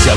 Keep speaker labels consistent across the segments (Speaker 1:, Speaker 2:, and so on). Speaker 1: 想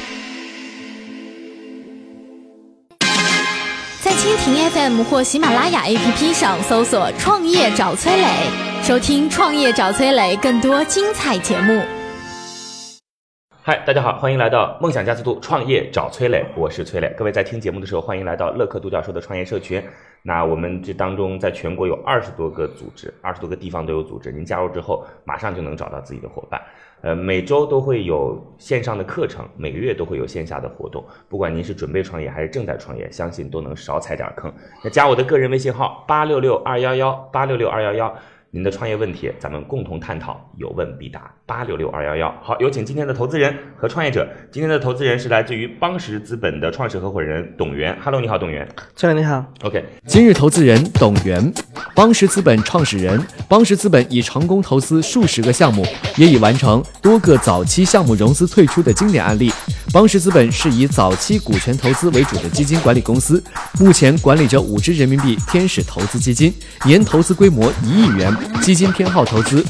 Speaker 2: 在蜻蜓 FM 或喜马拉雅 APP 上搜索“创业找崔磊”，收听“创业找崔磊”更多精彩节目。
Speaker 3: 嗨，大家好，欢迎来到梦想加速度创业找崔磊，我是崔磊。各位在听节目的时候，欢迎来到乐客独角兽的创业社群。那我们这当中，在全国有二十多个组织，二十多个地方都有组织。您加入之后，马上就能找到自己的伙伴。呃，每周都会有线上的课程，每个月都会有线下的活动。不管您是准备创业还是正在创业，相信都能少踩点坑。那加我的个人微信号八六六二幺幺八六六二幺幺。您的创业问题，咱们共同探讨，有问必答。八六六二幺幺，好，有请今天的投资人和创业者。今天的投资人是来自于邦石资本的创始合伙人董源。Hello，你好，董源。
Speaker 4: 崔磊你好，
Speaker 3: OK，
Speaker 5: 今日投资人董源，邦石资本创始人。邦石资本已成功投资数十个项目，也已完成多个早期项目融资退出的经典案例。邦石资本是以早期股权投资为主的基金管理公司，目前管理着五只人民币天使投资基金，年投资规模一亿元，基金偏好投资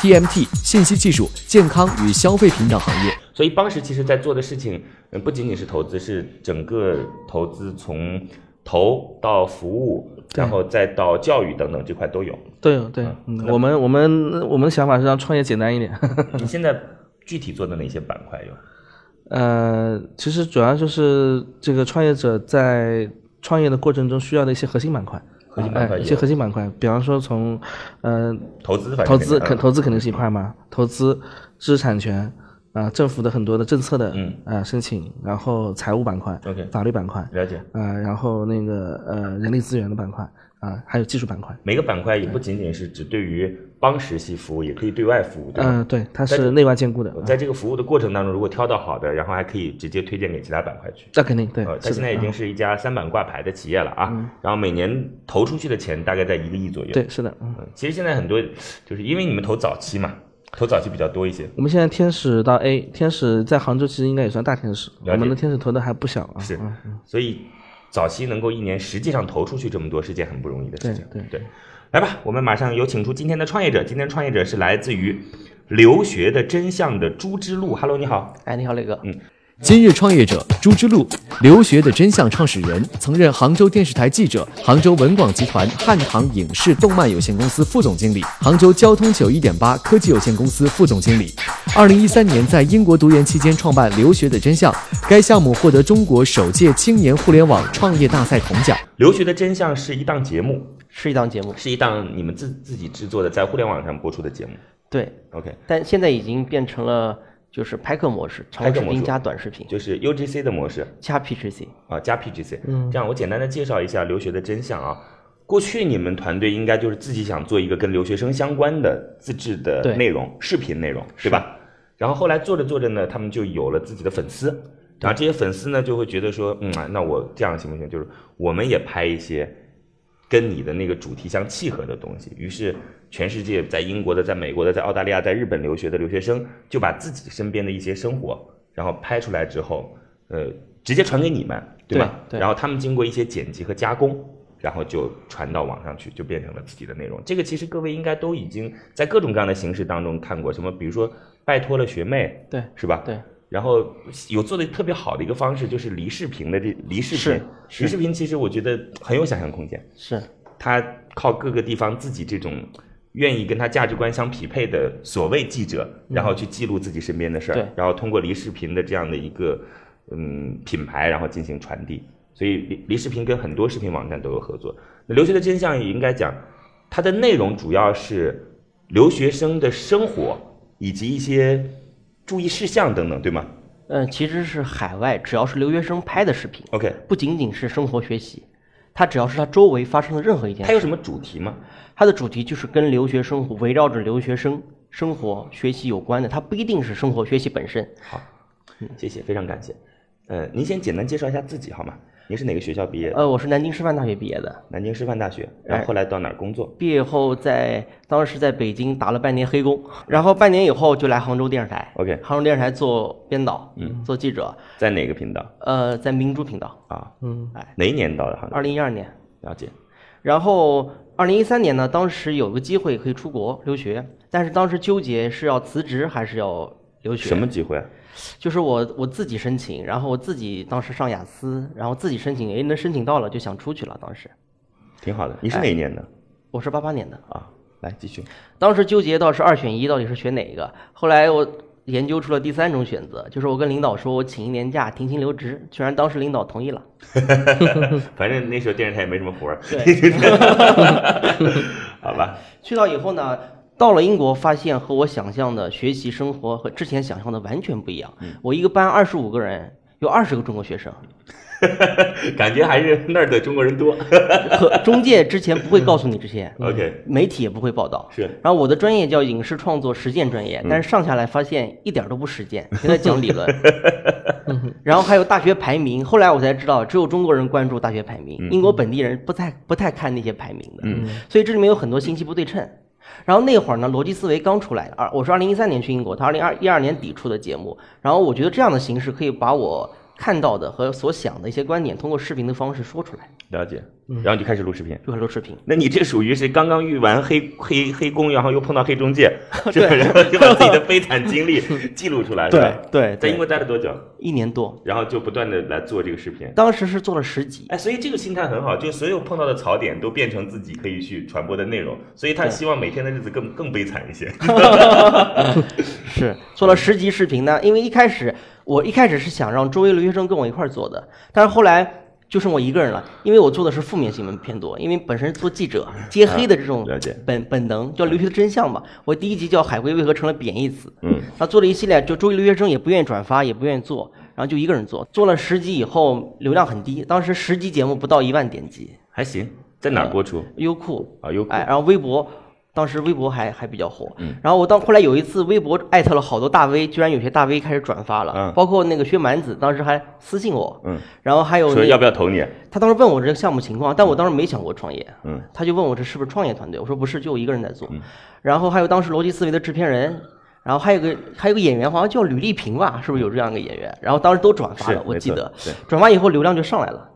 Speaker 5: TMT 信息技术、健康与消费品等行业。
Speaker 3: 所以邦石其实在做的事情，嗯，不仅仅是投资，是整个投资从投到服务，然后再到教育等等这块都有。
Speaker 4: 对对，嗯，我们我们我们的想法是让创业简单一点，
Speaker 3: 你现在具体做的哪些板块有？
Speaker 4: 呃，其实主要就是这个创业者在创业的过程中需要的一些核心板块，
Speaker 3: 核心板块
Speaker 4: 哎
Speaker 3: 有
Speaker 4: 一些核心板块，比方说从，呃，
Speaker 3: 投资反正
Speaker 4: 投资肯
Speaker 3: 肯
Speaker 4: 投资肯定是一块嘛，投资、知识产权啊、政府的很多的政策的
Speaker 3: 嗯
Speaker 4: 啊申请，然后财务板块
Speaker 3: OK
Speaker 4: 法律板块，
Speaker 3: 了解。
Speaker 4: 啊，然后那个呃人力资源的板块啊、还有技术板块，
Speaker 3: 每个板块也不仅仅是只对于邦石系服务，也可以对外服务，对吧？
Speaker 4: 嗯、对，它
Speaker 3: 在
Speaker 4: 是内外兼顾的，啊
Speaker 3: 在这个服务的过程当中，如果挑到好的，然后还可以直接推荐给其他板块去。
Speaker 4: 那肯定对
Speaker 3: 呃，，它
Speaker 4: 是
Speaker 3: 现在
Speaker 4: 的
Speaker 3: 已
Speaker 4: 啊
Speaker 3: 经是一家三板挂牌的企业了啊，然后每年投出去的钱大概在一个亿左右。
Speaker 4: 对，是的，嗯。
Speaker 3: 嗯，其实现在很多就是因为你们投早期嘛，投早期比较多一些。
Speaker 4: 我们现在天使到 A，天使在杭州其实应该也算大天使，
Speaker 3: 解
Speaker 4: 我们的天使投的还不小啊。
Speaker 3: 是
Speaker 6: 嗯
Speaker 4: 啊
Speaker 3: 所以早期能够一年实际上投出去这么多是件很不容易的事情。
Speaker 4: 对
Speaker 3: 来吧，我们马上有请出今天的创业者。今天创业者是来自于《留学的真相》的朱之路。Hello，你好。
Speaker 6: 哎，你好，磊哥。
Speaker 5: 今日创业者朱之路，留学的真相创始人，曾任杭州电视台记者、杭州文广集团汉唐影视动漫有限公司副总经理、杭州交通九一点八科技有限公司副总经理。二零一三年在英国读研期间创办《留学的真相》，该项目获得中国首届青年互联网创业大赛铜奖。
Speaker 3: 《留学的真相》是一档节目，
Speaker 6: 是一档节目，
Speaker 3: 是一档你们自自己制作的，在互联网上播出的节目。
Speaker 6: 对，
Speaker 3: OK，
Speaker 6: 但现在已经变成了就是拍客模式，
Speaker 3: 拍
Speaker 6: 长
Speaker 3: 客
Speaker 6: 视
Speaker 3: 模式
Speaker 6: 频加短视频
Speaker 3: 就是 UGC 的模式
Speaker 6: 加 PGC。
Speaker 3: 啊，加 PGC。嗯，这样我简单的介绍一下《留学的真相》啊。过去你们团队应该就是自己想做一个跟留学生相关的自制的
Speaker 6: 对
Speaker 3: 内容，视频内容，对吧？然后后来做着做着呢，他们就有了自己的粉丝，然后这些粉丝呢就会觉得说，嗯，啊那我这样行不行？就是我们也拍一些跟你的那个主题相契合的东西。于是，全世界在英国的、在美国的、在澳大利亚、在日本留学的留学生，就把自己身边的一些生活，然后拍出来之后，呃，直接传给你们，吧？
Speaker 6: 对对
Speaker 3: 然后他们经过一些剪辑和加工。然后就传到网上去，就变成了自己的内容。这个其实各位应该都已经在各种各样的形式当中看过，什么比如说拜托了学妹，
Speaker 6: 对
Speaker 3: 是吧？
Speaker 6: 对。
Speaker 3: 然后有做的特别好的一个方式，就是离视频的这离视频，
Speaker 6: 是是
Speaker 3: 离视频其实我觉得很有想象空间。
Speaker 6: 是
Speaker 3: 他靠各个地方自己这种愿意跟他价值观相匹配的所谓记者，然后去记录自己身边的事
Speaker 6: 对
Speaker 3: 儿，然后通过离视频的这样的一个嗯品牌，然后进行传递。所以离离视频跟很多视频网站都有合作。那留学的真相也应该讲，它的内容主要是留学生的生活以及一些注意事项等等，对吗
Speaker 6: 嗯，其实是海外只要是留学生拍的视频，
Speaker 3: ？OK，
Speaker 6: 不仅仅是生活学习，它只要是他周围发生的任何一件
Speaker 3: 它有
Speaker 6: 事，
Speaker 3: 什么主题吗？
Speaker 6: 它的主题就是跟留学生活围绕着留学生生活学习有关的，它不一定是生活学习本身。
Speaker 3: 谢谢，非常感谢。呃，您先简单介绍一下自己好吗？您是哪个学校毕业的？
Speaker 6: 呃，我是南京师范大学毕业的，
Speaker 3: 南京师范大学，然后后来到哪儿工作？
Speaker 6: 毕业后在当时在北京打了半年黑工，然后半年以后就来杭州电视台
Speaker 3: OK
Speaker 6: 杭州电视台做编导，嗯，做记者，
Speaker 3: 在哪个频道
Speaker 6: 呃，在明珠频道，
Speaker 3: 啊？
Speaker 6: 嗯，哎，
Speaker 3: 哪一年到的杭州？
Speaker 6: 二零一二年，
Speaker 3: 了解，
Speaker 6: 然后二零一三年呢，当时有个机会可以出国留学，但是当时纠结是要辞职还是要留学，
Speaker 3: 什么机会？啊
Speaker 6: 就是我我自己申请，然后我自己当时上雅思，然后自己申请，哎，那申请到了就想出去了。当时
Speaker 3: 挺好的。你是哪一年的
Speaker 6: 我是八八年的，
Speaker 3: 啊？来继续。
Speaker 6: 当时纠结到是二选一，到底是选哪一个？后来我研究出了第三种选择，就是我跟领导说我请一年假停薪留职，居然当时领导同意了。
Speaker 3: 反正那时候电视台也没什么活儿，
Speaker 6: 对，
Speaker 3: 好吧？
Speaker 6: 去到以后呢，到了英国发现和我想象的学习生活和之前想象的完全不一样。我一个班二十五个人，有二十个中国学生，
Speaker 3: 感觉还是那儿的中国人多。
Speaker 6: 可中介之前不会告诉你这些
Speaker 3: 嗯
Speaker 6: 嗯
Speaker 3: OK
Speaker 6: 媒体也不会报道。
Speaker 3: 是嗯
Speaker 6: 然后我的专业叫影视创作实践专业，但是上下来发现一点都不实践，全在讲理论。嗯然后还有大学排名，后来我才知道，只有中国人关注大学排名，
Speaker 3: 嗯
Speaker 6: 英国本地人不太不太看那些排名的。嗯，所以这里面有很多信息不对称。然后那会儿呢，逻辑思维刚出来，二我是二零一三年去英国，他二零二一二年底出的节目。然后我觉得这样的形式可以把我看到的和所想的一些观点，通过视频的方式说出来，
Speaker 3: 了解，然后就开始录视频。
Speaker 6: 就很多视频。
Speaker 3: 那你这属于是刚刚遇完黑黑黑工，然后又碰到黑中 介，是吧？然后 就把自己的悲惨经历记录出 来，是吧？
Speaker 6: 对对
Speaker 3: 在英国待了多久？
Speaker 6: 一年多，
Speaker 3: 然后就不断的来做这个视频。
Speaker 6: 当时是做了十集，
Speaker 3: 哎，所以这个心态很好，就所有碰到的槽点都变成自己可以去传播的内容，所以他希望每天的日子更更悲惨一 些。
Speaker 6: 是做了十集视频呢。因为一开始我一开始是想让周围留学生跟我一块儿做的，但是后来就剩我一个人了，因为我做的是负面新闻偏多，因为本身做记者揭黑的这种
Speaker 3: 了解
Speaker 6: 本本能叫留学的真相嘛。我第一集叫海归为何成了贬义词，
Speaker 3: 嗯，
Speaker 6: 他做了一系列，就周围留学生也不愿意转发，也不愿意做，然后就一个人做，做了十集以后流量很低，当时十集节目不到一万点击，
Speaker 3: 还行，在哪儿播出？
Speaker 6: 优酷
Speaker 3: 啊优酷
Speaker 6: 哎，然后微博，当时微博还还比较火，
Speaker 3: 嗯
Speaker 6: 然后我当后来有一次微博艾特了好多大 V，居然有些大 V 开始转发了，
Speaker 3: 嗯
Speaker 6: 包括那个薛蛮子，当时还私信我，
Speaker 3: 嗯，
Speaker 6: 然后还有
Speaker 3: 说
Speaker 6: 那
Speaker 3: 要不要投你？啊
Speaker 6: 他当时问我这个项目情况，但我当时没想过创业，
Speaker 3: 嗯，
Speaker 6: 他就问我这是不是创业团队，我说不是，就我一个人在做，然后还有当时逻辑思维的制片人。然后还有个还有个演员，好像叫吕丽萍吧，是不是有这样一个演员？然后当时都转发
Speaker 3: 是
Speaker 6: 了，我
Speaker 3: 没
Speaker 6: 记
Speaker 3: 错
Speaker 6: 得
Speaker 3: 对
Speaker 6: 转发以后流量就上来了，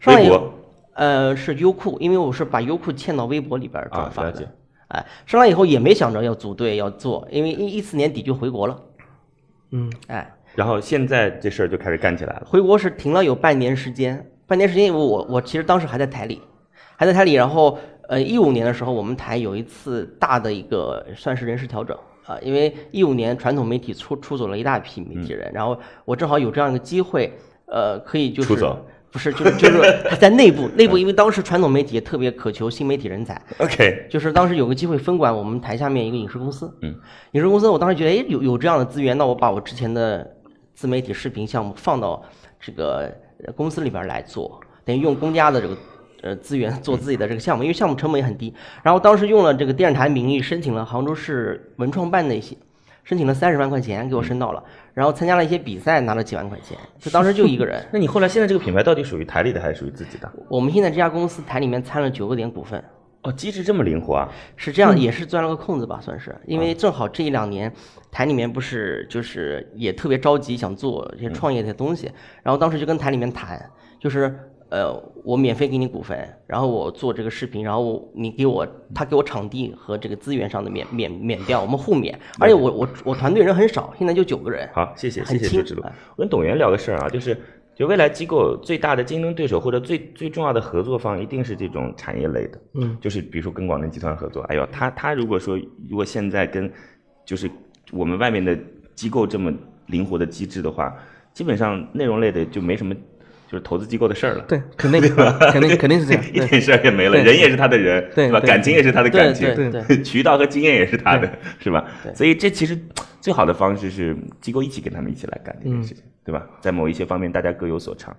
Speaker 6: 上来以
Speaker 3: 微
Speaker 6: 后
Speaker 3: 博，
Speaker 6: 呃，是优酷，因为我是把优酷嵌到微博里边儿转
Speaker 3: 啊
Speaker 6: 发
Speaker 3: 了
Speaker 6: 的。
Speaker 3: 解
Speaker 6: 哎，上来以后也没想着要组队要做，因为一一四年底就回国了。嗯，哎，
Speaker 3: 然后现在这事儿就开始干起来了。
Speaker 6: 回国是停了有半年时间，半年时间我我我其实当时还在台里，还在台里，然后呃一五年的时候我们台有一次大的一个算是人事调整。啊，因为一五年传统媒体出出走了一大批媒体
Speaker 3: 嗯
Speaker 6: 人，然后我正好有这样一个机会，呃，可以就是
Speaker 3: 出走
Speaker 6: 不是就是就是在 内部内部，因为当时传统媒体也特别渴求新媒体人才，
Speaker 3: OK，
Speaker 6: 就是当时有个机会分管我们台下面一个影视公司，
Speaker 3: 嗯，。
Speaker 6: 影视公司我当时觉得，哎，有有这样的资源，那我把我之前的自媒体视频项目放到这个呃公司里边来做，等于用公家的这个呃资源做自己的这个项目，因为项目成本也很低。然后当时用了这个电视台名义申请了杭州市文创办的一些。申请了三十万块钱，给我申到了，然后参加了一些比赛，拿了几万块钱，就当时就一个人
Speaker 3: 那你后来现在这个品牌到底属于台里的还是属于自己的？
Speaker 6: 我们现在这家公司台里面参了九个点股份，
Speaker 3: 哦，机制这么灵活啊！
Speaker 6: 是这样，也是钻了个空子吧，算是，因为正好这一两年台里面不是就是也特别着急想做一些创业的东西，然后当时就跟台里面谈，就是呃我免费给你股份，然后我做这个视频，然后你给我他给我场地和这个资源上的免免免掉，我们互免，而且我我我团队人很少，现在就九个人，
Speaker 3: 好，谢谢谢
Speaker 6: 很
Speaker 3: 谢
Speaker 6: 轻
Speaker 3: 周志鲁
Speaker 6: 哎。
Speaker 3: 我跟董源聊个事儿啊，就是就未来机构最大的竞争对手或者最最重要的合作方，一定是这种产业类的，嗯，就是比如说跟广电集团合作，哎呦，他他如果说如果现在跟就是我们外面的机构这么灵活的机制的话，基本上内容类的就没什么就是投资机构的事儿了。
Speaker 4: 对，肯定肯定肯定是这样
Speaker 3: 一
Speaker 4: 对。
Speaker 3: 点事儿也没了，
Speaker 4: 对
Speaker 3: 人也是他的人，
Speaker 4: 对
Speaker 3: 是吧？
Speaker 4: 对
Speaker 3: 感情也是他的感情，
Speaker 6: 对对
Speaker 3: 渠道和经验也是他的，是吧？
Speaker 6: 对
Speaker 3: 所以这其实最好的方式是机构一起跟他们一起来干这件事情，
Speaker 6: 嗯
Speaker 3: 对吧？在某一些方面，大家各有所长。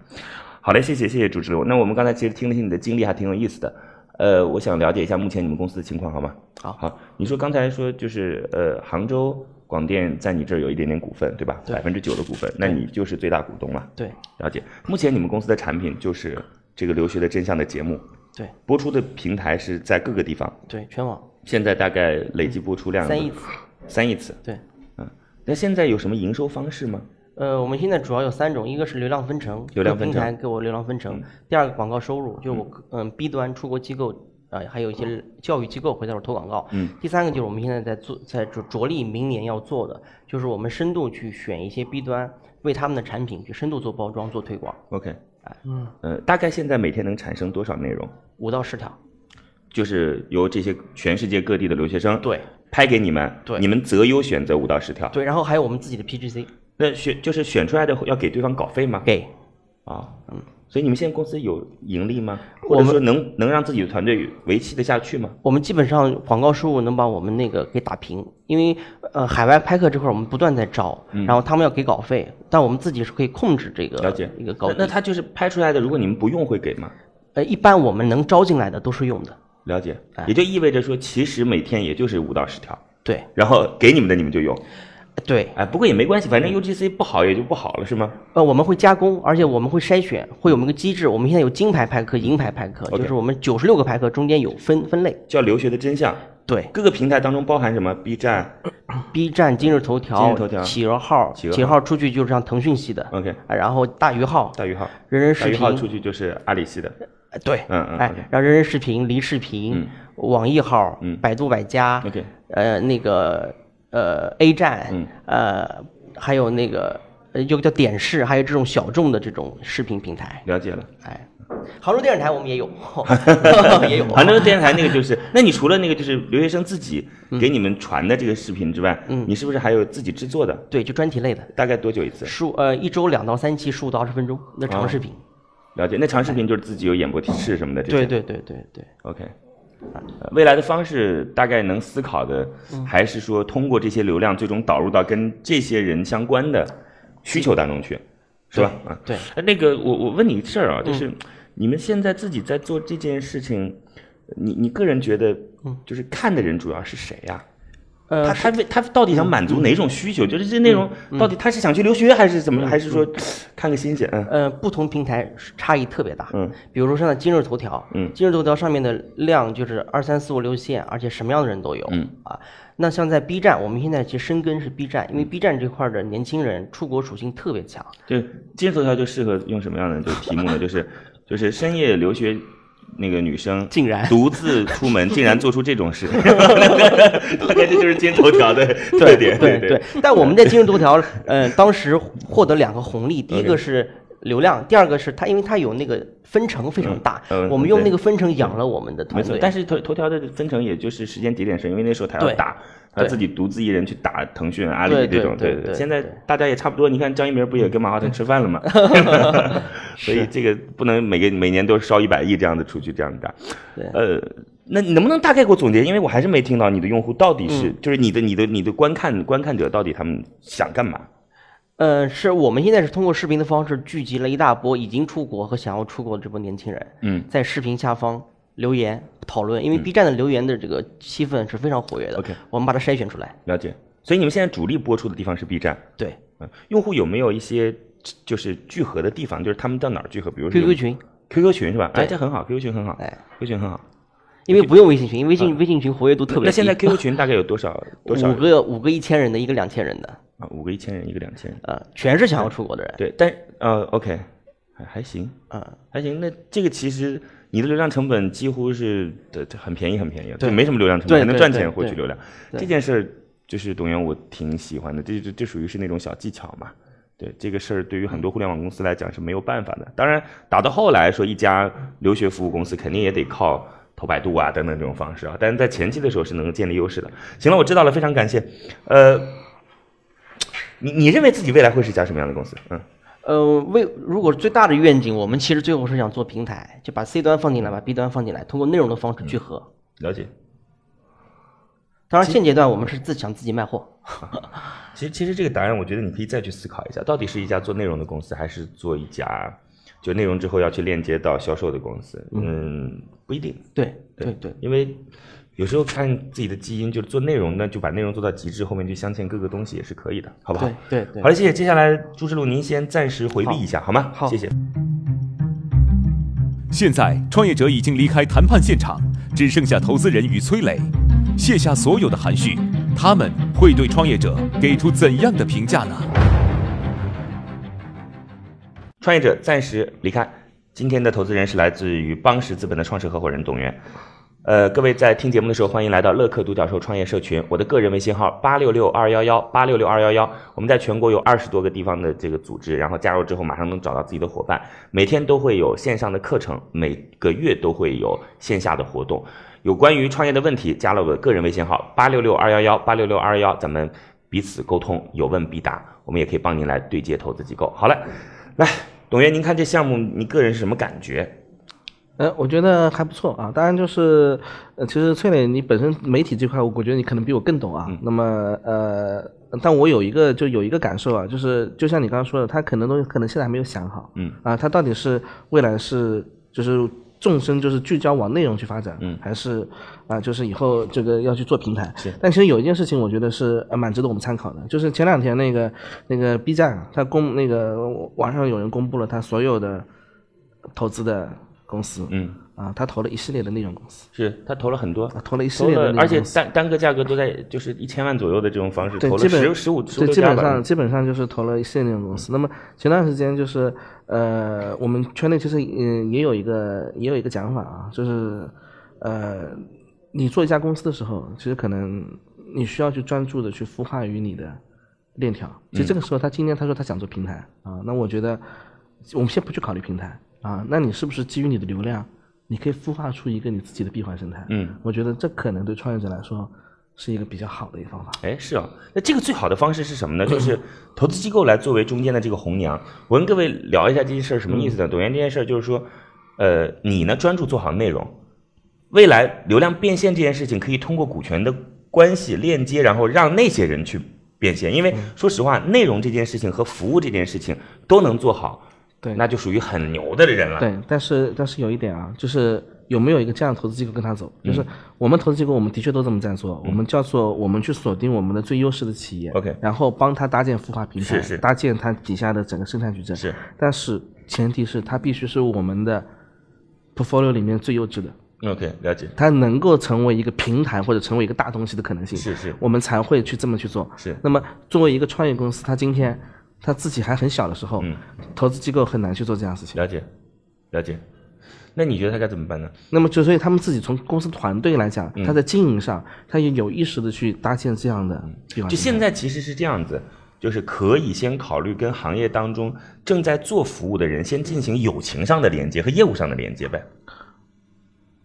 Speaker 3: 好嘞，谢谢谢谢主持人。那我们刚才其实听了一些你的经历，还挺有意思的。呃，我想了解一下目前你们公司的情况，好吗？
Speaker 6: 好
Speaker 3: 好，你说刚才说就是呃，杭州、广电在你这儿有一点点股份，对吧？
Speaker 6: 对
Speaker 3: 百分之九的股份，那你就是最大股东了。
Speaker 6: 对
Speaker 3: 了解。目前你们公司的产品就是这个《留学的真相》的节目，
Speaker 6: 对
Speaker 3: 播出的平台是在各个地方，
Speaker 6: 对，全网
Speaker 3: 现在大概累计播出量
Speaker 6: 嗯三亿次，
Speaker 3: 三亿次。嗯
Speaker 6: 对。
Speaker 3: 那现在有什么营收方式吗？
Speaker 6: 呃，我们现在主要有三种，一个是流量分成，
Speaker 3: 流量
Speaker 6: 各
Speaker 3: 分
Speaker 6: 平
Speaker 3: 成嗯
Speaker 6: 台给我流量分成；第二个广告收入，就是我嗯 B 端出国机构啊、呃还有一些教育机构会在我投广告。
Speaker 3: 嗯。
Speaker 6: 第三个就是我们现在在做，在着着力明年要做的，就是我们深度去选一些 B 端，为他们的产品去深度做包装、做推广，
Speaker 3: OK，嗯，呃，大概现在每天能产生多少内容？
Speaker 6: 五到十条。
Speaker 3: 就是由这些全世界各地的留学生
Speaker 6: 对
Speaker 3: 拍给你们，
Speaker 6: 对
Speaker 3: 你们择优选择五到十条。
Speaker 6: 对，然后还有我们自己的 PGC
Speaker 3: 那选就是选出来的要给对方稿费吗？
Speaker 6: 给
Speaker 3: 啊，嗯。所以你们现在公司有盈利吗？
Speaker 6: 我
Speaker 3: 或者
Speaker 6: 们
Speaker 3: 说能能让自己的团队维系得下去吗？
Speaker 6: 我们基本上广告收入能把我们那个给打平，因为呃海外拍客这块儿我们不断在招，然后他们要给稿费，但我们自己是可以控制这个
Speaker 3: 嗯了解
Speaker 6: 一个高
Speaker 3: 那
Speaker 6: 低。
Speaker 3: 那他就是拍出来的，如果你们不用会给吗？
Speaker 6: 呃一般我们能招进来的都是用的，
Speaker 3: 了解
Speaker 6: 哎，
Speaker 3: 也就意味着说，其实每天也就是五到十条，
Speaker 6: 对
Speaker 3: 然后给你们的你们就用。
Speaker 6: 对，
Speaker 3: 哎，不过也没关系，反
Speaker 6: 嗯
Speaker 3: 正 UGC 不好也就不好了，是吗？
Speaker 6: 呃我们会加工，而且我们会筛选，会有我们一个机制，我们现在有金牌拍客、银牌拍客，
Speaker 3: OK
Speaker 6: 就是我们九十六个拍客中间有分分类，
Speaker 3: 叫留学的真相，
Speaker 6: 对
Speaker 3: 各个平台当中包含什么？B 站、
Speaker 6: ，B 站、今日头
Speaker 3: 嗯今
Speaker 6: 条、
Speaker 3: 日头条
Speaker 6: 企鹅号、
Speaker 3: 企鹅号
Speaker 6: 企鹅号出去就是像腾讯系的
Speaker 3: OK
Speaker 6: 啊然后大鱼号、
Speaker 3: 大鱼号、
Speaker 6: 人人
Speaker 3: 大
Speaker 6: 视
Speaker 3: 鱼
Speaker 6: 频
Speaker 3: 号出去就是阿里系的，
Speaker 6: 呃对，
Speaker 3: 嗯嗯
Speaker 6: 哎
Speaker 3: OK，
Speaker 6: 然后人人视频、梨视频
Speaker 3: 嗯、
Speaker 6: 网易号、
Speaker 3: 嗯
Speaker 6: 百度百家
Speaker 3: OK，
Speaker 6: 呃，那个呃 A 站
Speaker 3: 嗯，
Speaker 6: 呃，还有那个呃，又叫点视，还有这种小众的这种视频平台，
Speaker 3: 了解了。
Speaker 6: 哎，杭州电视台我们 也有， 也有，啊
Speaker 3: 杭州电视台那个就是，那你除了那个就是留学生自己
Speaker 6: 嗯
Speaker 3: 给你们传的这个视频之外，你是不是还有自己制作的？
Speaker 6: 对，就专题类的，
Speaker 3: 大概多久一次？
Speaker 6: 十五呃一周两到三期，十五到二十分钟，那
Speaker 3: 哦
Speaker 6: 长视频，
Speaker 3: 了解，那长视频就是自己有演播提示什么的这些。
Speaker 6: 对对对对对。
Speaker 3: OK，呃未来的方式大概能思考的，
Speaker 6: 嗯
Speaker 3: 还是说通过这些流量最终导入到跟这些人相关的需求当中去，是吧？啊，
Speaker 6: 对嗯
Speaker 3: 呃。那个，我我问你个事儿啊，就是你们现在自己在做这件事情，你你个人觉得，就是看的人主要是谁呀、
Speaker 6: 嗯呃嗯
Speaker 3: 他他为他到底想满足哪种需求？就是这内容到底他是想去留学，还是
Speaker 6: 嗯
Speaker 3: 怎么？还是说看个新鲜？嗯，
Speaker 6: 呃，不同平台差异特别大。
Speaker 3: 嗯，
Speaker 6: 比如说像今日头条，
Speaker 3: 嗯
Speaker 6: 今日头条上面的量就是二三四五六线，而且什么样的人都有。
Speaker 3: 嗯
Speaker 6: 啊，那像在 B 站，我们现在其实深耕是 B 站，因为 B 站这块儿的年轻人出国属性特别强。
Speaker 3: 就是今日头条就适合用什么样的就题目呢？就是就是深夜留学那个女生
Speaker 6: 竟然
Speaker 3: 独自出门，竟然做出这 种事， 大概这就是今日头条的特点。
Speaker 6: 对
Speaker 3: 对，
Speaker 6: 但我们在今日头条， 呃，当时获得两个红
Speaker 3: 嗯
Speaker 6: 利，第一个是。流量，第二个是它，因为它有那个分成非常大，
Speaker 3: 嗯嗯
Speaker 6: 我们用
Speaker 3: 对
Speaker 6: 那个分成养了我们的团
Speaker 3: 没错
Speaker 6: 队。。
Speaker 3: 但是头头条的分成也就是时间节点是，因为那时候他要
Speaker 6: 对
Speaker 3: 打。他
Speaker 6: 对
Speaker 3: 自己独自一人去打腾讯、啊阿里
Speaker 6: 对
Speaker 3: 这
Speaker 6: 对
Speaker 3: 种，
Speaker 6: 对
Speaker 3: 对
Speaker 6: 对
Speaker 3: 现在
Speaker 6: 对
Speaker 3: 大家也差不多，你看张一鸣不也跟马化腾吃饭了 吗？ 所以这个不能每个每年都烧一百亿这样子出去这样子打。
Speaker 6: 对
Speaker 3: 呃，那你能不能大概给我总结？因为我还是没听到你的用户到底
Speaker 6: 嗯
Speaker 3: 是，就是你的你的你的观看观看者到底他们想干嘛？
Speaker 6: 呃，是我们现在是通过视频的方式聚集了一大波已经出国和想要出国的这波年轻人，
Speaker 3: 嗯
Speaker 6: 在视频下方留言讨论，因为 B 站的留言的这个气氛是非常活跃的。
Speaker 3: OK
Speaker 6: 我们把它筛选出来。
Speaker 3: 了解。所以你们现在主力播出的地方是 B 站，
Speaker 6: 对
Speaker 3: 嗯，用户有没有一些就是聚合的地方？就是他们到哪儿聚合？比如说有
Speaker 6: ，QQ 群，
Speaker 3: QQ 群是吧？哎，
Speaker 6: 对
Speaker 3: 这很好，QQ 群很好，
Speaker 6: 哎
Speaker 3: ，QQ 群很好。
Speaker 6: 因为不用微信群，因为微信微信群活跃度特别低。
Speaker 3: 那现在 QQ 群大概有多少嗯 多少
Speaker 6: 五个五个一千人的，一个两千人的，
Speaker 3: 啊？五个一千人，一个两千人。
Speaker 6: 呃，全是想要出国的人。
Speaker 3: 对，但呃，OK，还还行，
Speaker 6: 嗯，
Speaker 3: 还行。那这个其实你的流量成本几乎是的很便宜，很便宜，
Speaker 6: 对
Speaker 3: 就没什么流量成本，
Speaker 6: 对
Speaker 3: 还能
Speaker 6: 对
Speaker 3: 赚
Speaker 6: 对
Speaker 3: 钱获取
Speaker 6: 对
Speaker 3: 流量。
Speaker 6: 对
Speaker 3: 这件事儿就是董源，我挺喜欢的，这这这属于是那种小技巧嘛。对这个事儿，对于很多互联网公司来讲是没有办法的。当然，打到后来说，一家留学服务公司肯定也得靠投百度啊等等这种方式啊，但是在前期的时候是能建立优势的。行了，我知道了，非常感谢。呃，你你认为自己未来会是一家什么样的公司？嗯。
Speaker 6: 呃，为如果最大的愿景，我们其实最后是想做平台，就把 C 端放进来，把 B 端放进来，通过内容的方
Speaker 3: 嗯
Speaker 6: 式聚合。
Speaker 3: 了解，
Speaker 6: 当然，现阶段我们是自想自己卖货。
Speaker 3: 其实其实这个答案，我觉得你可以再去思考一下，到底是一家做内容的公司，还是做一家就内容嗯之后要去链接到销售的公司？嗯，不一定。
Speaker 6: 对对对，
Speaker 3: 因为有时候看自己的基因，就是做内容呢，就把内容做到极致，后面去镶嵌各个东西也是可以的，好不好？
Speaker 6: 对对对
Speaker 3: 好了，谢谢。接下来朱世路，您先暂时回避一下，好吗？
Speaker 6: 好
Speaker 3: 谢谢。
Speaker 1: 现在，创业者已经离开谈判现场，只剩下投资人与崔磊，卸下所有的含蓄，他们会对创业者给出怎样的评价呢？
Speaker 3: 创业者暂时离开。今天的投资人是来自于邦石资本的创始合伙人董源。呃，各位在听节目的时候，欢迎来到乐客独角兽创业社群。我的个人微信号八六六二幺幺八六六二幺幺，我们在全国有二十多个地方的这个组织，然后加入之后马上能找到自己的伙伴。每天都会有线上的课程，每个月都会有线下的活动。有关于创业的问题，加了我的个人微信号八六六二幺幺八六六二幺幺，咱们彼此沟通，有问必答。我们也可以帮您来对接投资机构。好了，来，董源，您看这项目，你个人是什么感觉？
Speaker 4: 呃，我觉得还不错啊。当然就是，呃，其实崔磊你本身媒体这块，我我觉得你可能比我更懂啊。那么呃，但我有一个就有一个感受啊，就是就像你刚刚说的，他可能东西可能现在还没有想好。
Speaker 3: 嗯。
Speaker 4: 啊，他到底是未来是就是。纵深就是聚焦往内容去发展，嗯，还是啊、就是以后这个要去做平台。是但其实有一件事情，我觉得是呃蛮值得我们参考的，就是前两天那个那个 B 站啊，它公那个网上有人公布了他所有的投资的公司，
Speaker 3: 嗯，
Speaker 4: 啊，他投了一系列的内容公司，
Speaker 3: 是他投了很多，
Speaker 4: 啊，投了一系
Speaker 3: 投
Speaker 4: 列的
Speaker 3: 了
Speaker 4: 内，容
Speaker 3: 而且
Speaker 4: 公司
Speaker 3: 单单个价格都在就是一千万左右的这种方式，
Speaker 4: 对
Speaker 3: 投
Speaker 4: 基
Speaker 3: 了
Speaker 4: 本
Speaker 3: 十十五十
Speaker 4: 对
Speaker 3: 六
Speaker 4: 基
Speaker 3: 家
Speaker 4: 本
Speaker 3: 吧
Speaker 4: 上。基本上就是投了一系列内容公司。那么前段时间就是呃，我们圈内其实嗯也有一个也有一个讲法啊，就是呃，你做一家公司的时候，其实可能你需要去专注的去孵化于你的链条。其
Speaker 3: 嗯
Speaker 4: 实这个时候，他今天他说他想做平台啊，那我觉得我们先不去考虑平台啊，那你是不是基于你的流量，你可以孵化出一个你自己的闭环生态？
Speaker 3: 嗯，
Speaker 4: 我觉得这可能对创业者来说是一个比较好的一个方法。
Speaker 3: 哎，是啊，那这个最好的方式是什么呢？就是投资机构来作为中间的这个红娘。我跟各位聊一下这件事儿什么意思呢？
Speaker 4: 嗯
Speaker 3: 董源这件事儿就是说，呃，你呢专注做好内容，未来流量变现这件事情可以通过股权的关系链接，然后让那些人去变现。
Speaker 4: 嗯
Speaker 3: 因为说实话，内容这件事情和服务这件事情都能做好，
Speaker 4: 对
Speaker 3: 那就属于很牛的人了。，
Speaker 4: 对，但是但是有一点啊，就是有没有一个这样的投资机构跟他走？
Speaker 3: 嗯
Speaker 4: 就是我们投资机构，我们的确都这么在做，我们叫做我们去锁定我们的最优势的企业
Speaker 3: OK
Speaker 4: 然后帮他搭建孵化平台，
Speaker 3: 是是
Speaker 4: 搭建它底下的整个生态矩阵。
Speaker 3: 是，
Speaker 4: 但是前提是它必须是我们的 portfolio 里面最优质的，
Speaker 3: OK，了解。
Speaker 4: 它能够成为一个平台或者成为一个大东西的可能性。
Speaker 3: 是是
Speaker 4: 我们才会去这么去做。
Speaker 3: 是
Speaker 4: 那么作为一个创业公司，它今天它自己还很小的时候，
Speaker 3: 嗯
Speaker 4: 投资机构很难去做这样的事情。
Speaker 3: 了解，了解。那你觉得他该怎么办呢？
Speaker 4: 那么就所以他们自己从公司团队来讲，
Speaker 3: 嗯
Speaker 4: 他在经营上，他也有意识的去搭建这样
Speaker 3: 嗯
Speaker 4: 啊的地方。
Speaker 3: 就现在其实是这样子，就是可以先考虑跟行业当中正在做服务的人先进行友情上的连接和业务上的连接呗，